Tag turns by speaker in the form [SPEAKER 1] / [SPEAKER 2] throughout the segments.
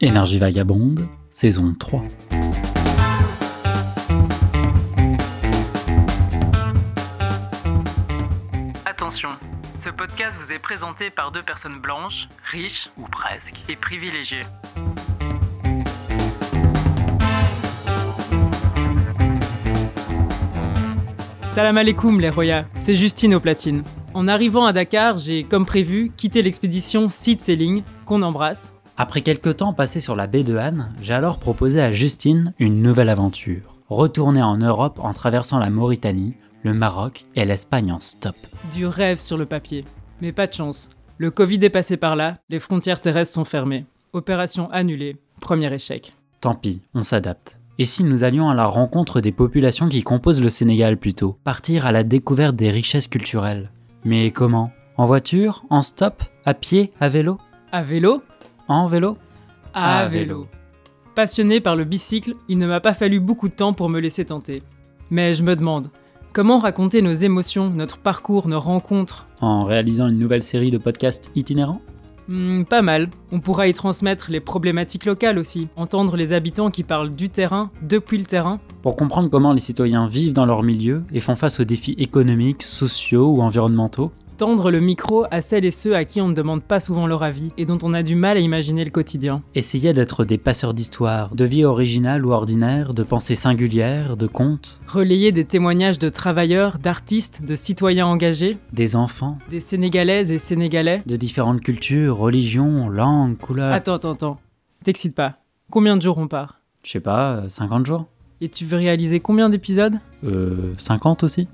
[SPEAKER 1] Énergie vagabonde, saison 3.
[SPEAKER 2] Attention, ce podcast vous est présenté par deux personnes blanches, riches ou presque, et privilégiées.
[SPEAKER 3] Salam alaikum les Roya, c'est Justine au platine. En arrivant à Dakar, j'ai, comme prévu, quitté l'expédition Seed Selling, qu'on embrasse.
[SPEAKER 1] Après quelques temps passés sur la baie de Han, j'ai alors proposé à Justine une nouvelle aventure. Retourner en Europe en traversant la Mauritanie, le Maroc et l'Espagne en stop.
[SPEAKER 3] Du rêve sur le papier. Mais pas de chance. Le Covid est passé par là, les frontières terrestres sont fermées. Opération annulée, premier échec.
[SPEAKER 1] Tant pis, on s'adapte. Et si nous allions à la rencontre des populations qui composent le Sénégal plutôt Partir à la découverte des richesses culturelles. Mais comment En voiture En stop À pied À vélo
[SPEAKER 3] À vélo
[SPEAKER 1] En vélo
[SPEAKER 3] À,
[SPEAKER 1] À vélo.
[SPEAKER 3] vélo. Passionné par le bicycle, il ne m'a pas fallu beaucoup de temps pour me laisser tenter. Mais je me demande, comment raconter nos émotions, notre parcours, nos rencontres
[SPEAKER 1] En réalisant une nouvelle série de podcasts itinérants
[SPEAKER 3] Hmm, pas mal. On pourra y transmettre les problématiques locales aussi, entendre les habitants qui parlent du terrain, depuis le terrain.
[SPEAKER 1] Pour comprendre comment les citoyens vivent dans leur milieu et font face aux défis économiques, sociaux ou environnementaux,
[SPEAKER 3] Tendre le micro à celles et ceux à qui on ne demande pas souvent leur avis et dont on a du mal à imaginer le quotidien.
[SPEAKER 1] essayer d'être des passeurs d'histoire, de vie originale ou ordinaire, de pensées singulières, de contes,
[SPEAKER 3] Relayer des témoignages de travailleurs, d'artistes, de citoyens engagés,
[SPEAKER 1] des enfants,
[SPEAKER 3] des Sénégalaises et Sénégalais.
[SPEAKER 1] de différentes cultures, religions, langues, couleurs.
[SPEAKER 3] Attends, attends, attends. T'excite pas. Combien de jours on part
[SPEAKER 1] Je sais pas, euh, 50 jours
[SPEAKER 3] Et tu veux réaliser combien d'épisodes
[SPEAKER 1] Euh, 50 aussi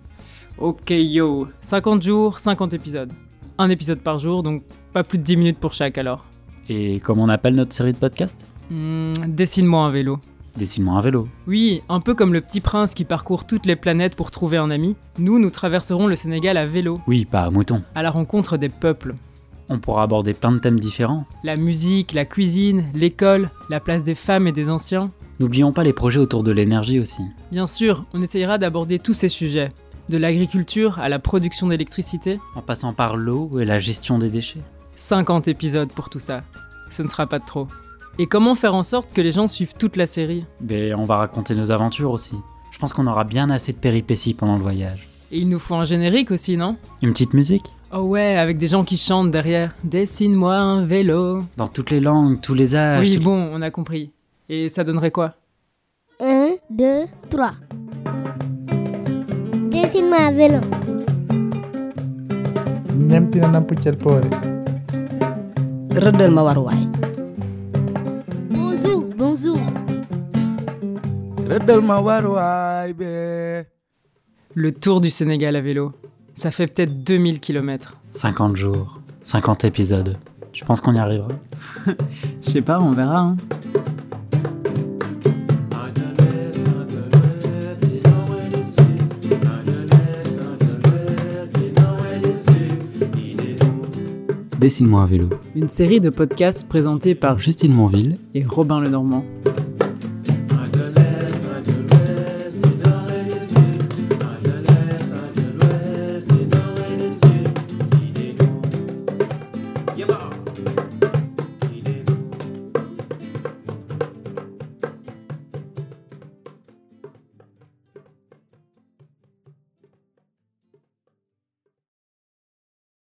[SPEAKER 3] Ok yo, 50 jours, 50 épisodes. Un épisode par jour, donc pas plus de 10 minutes pour chaque alors.
[SPEAKER 1] Et comment on appelle notre série de podcasts
[SPEAKER 3] Hmm, Dessine-moi un vélo.
[SPEAKER 1] Dessine-moi un vélo.
[SPEAKER 3] Oui, un peu comme le petit prince qui parcourt toutes les planètes pour trouver un ami, nous, nous traverserons le Sénégal à vélo,
[SPEAKER 1] Oui, pas à mouton.
[SPEAKER 3] à la rencontre des peuples.
[SPEAKER 1] On pourra aborder plein de thèmes différents.
[SPEAKER 3] La musique, la cuisine, l'école, la place des femmes et des anciens.
[SPEAKER 1] N'oublions pas les projets autour de l'énergie aussi.
[SPEAKER 3] Bien sûr, on essayera d'aborder tous ces sujets, de l'agriculture à la production d'électricité.
[SPEAKER 1] En passant par l'eau et la gestion des déchets.
[SPEAKER 3] 50 épisodes pour tout ça. Ce ne sera pas de trop. Et comment faire en sorte que les gens suivent toute la série
[SPEAKER 1] Mais on va raconter nos aventures aussi. Je pense qu'on aura bien assez de péripéties pendant le voyage.
[SPEAKER 3] Et il nous faut un générique aussi, non
[SPEAKER 1] Une petite musique
[SPEAKER 3] Oh ouais, avec des gens qui chantent derrière. Dessine-moi un vélo.
[SPEAKER 1] Dans toutes les langues, tous les âges.
[SPEAKER 3] Oui,
[SPEAKER 1] tous-
[SPEAKER 3] bon, on a compris. Et ça donnerait quoi
[SPEAKER 4] 1, 2, 3. Dessine-moi un vélo.
[SPEAKER 5] ñampina nampu celtore
[SPEAKER 6] rëddal ma waruwaay
[SPEAKER 4] Bonjour, bonjour.
[SPEAKER 5] reddal ma warwaay be
[SPEAKER 3] Le tour du Sénégal à vélo. Ça fait peut-être 2000 km.
[SPEAKER 1] 50 jours, 50 épisodes. Je pense qu'on y arrivera.
[SPEAKER 3] Je sais pas, on verra. hein.
[SPEAKER 1] Dessine-moi un vélo.
[SPEAKER 3] Une série de podcasts présentés par
[SPEAKER 1] Justine Monville
[SPEAKER 3] Ah. et Robin Lenormand.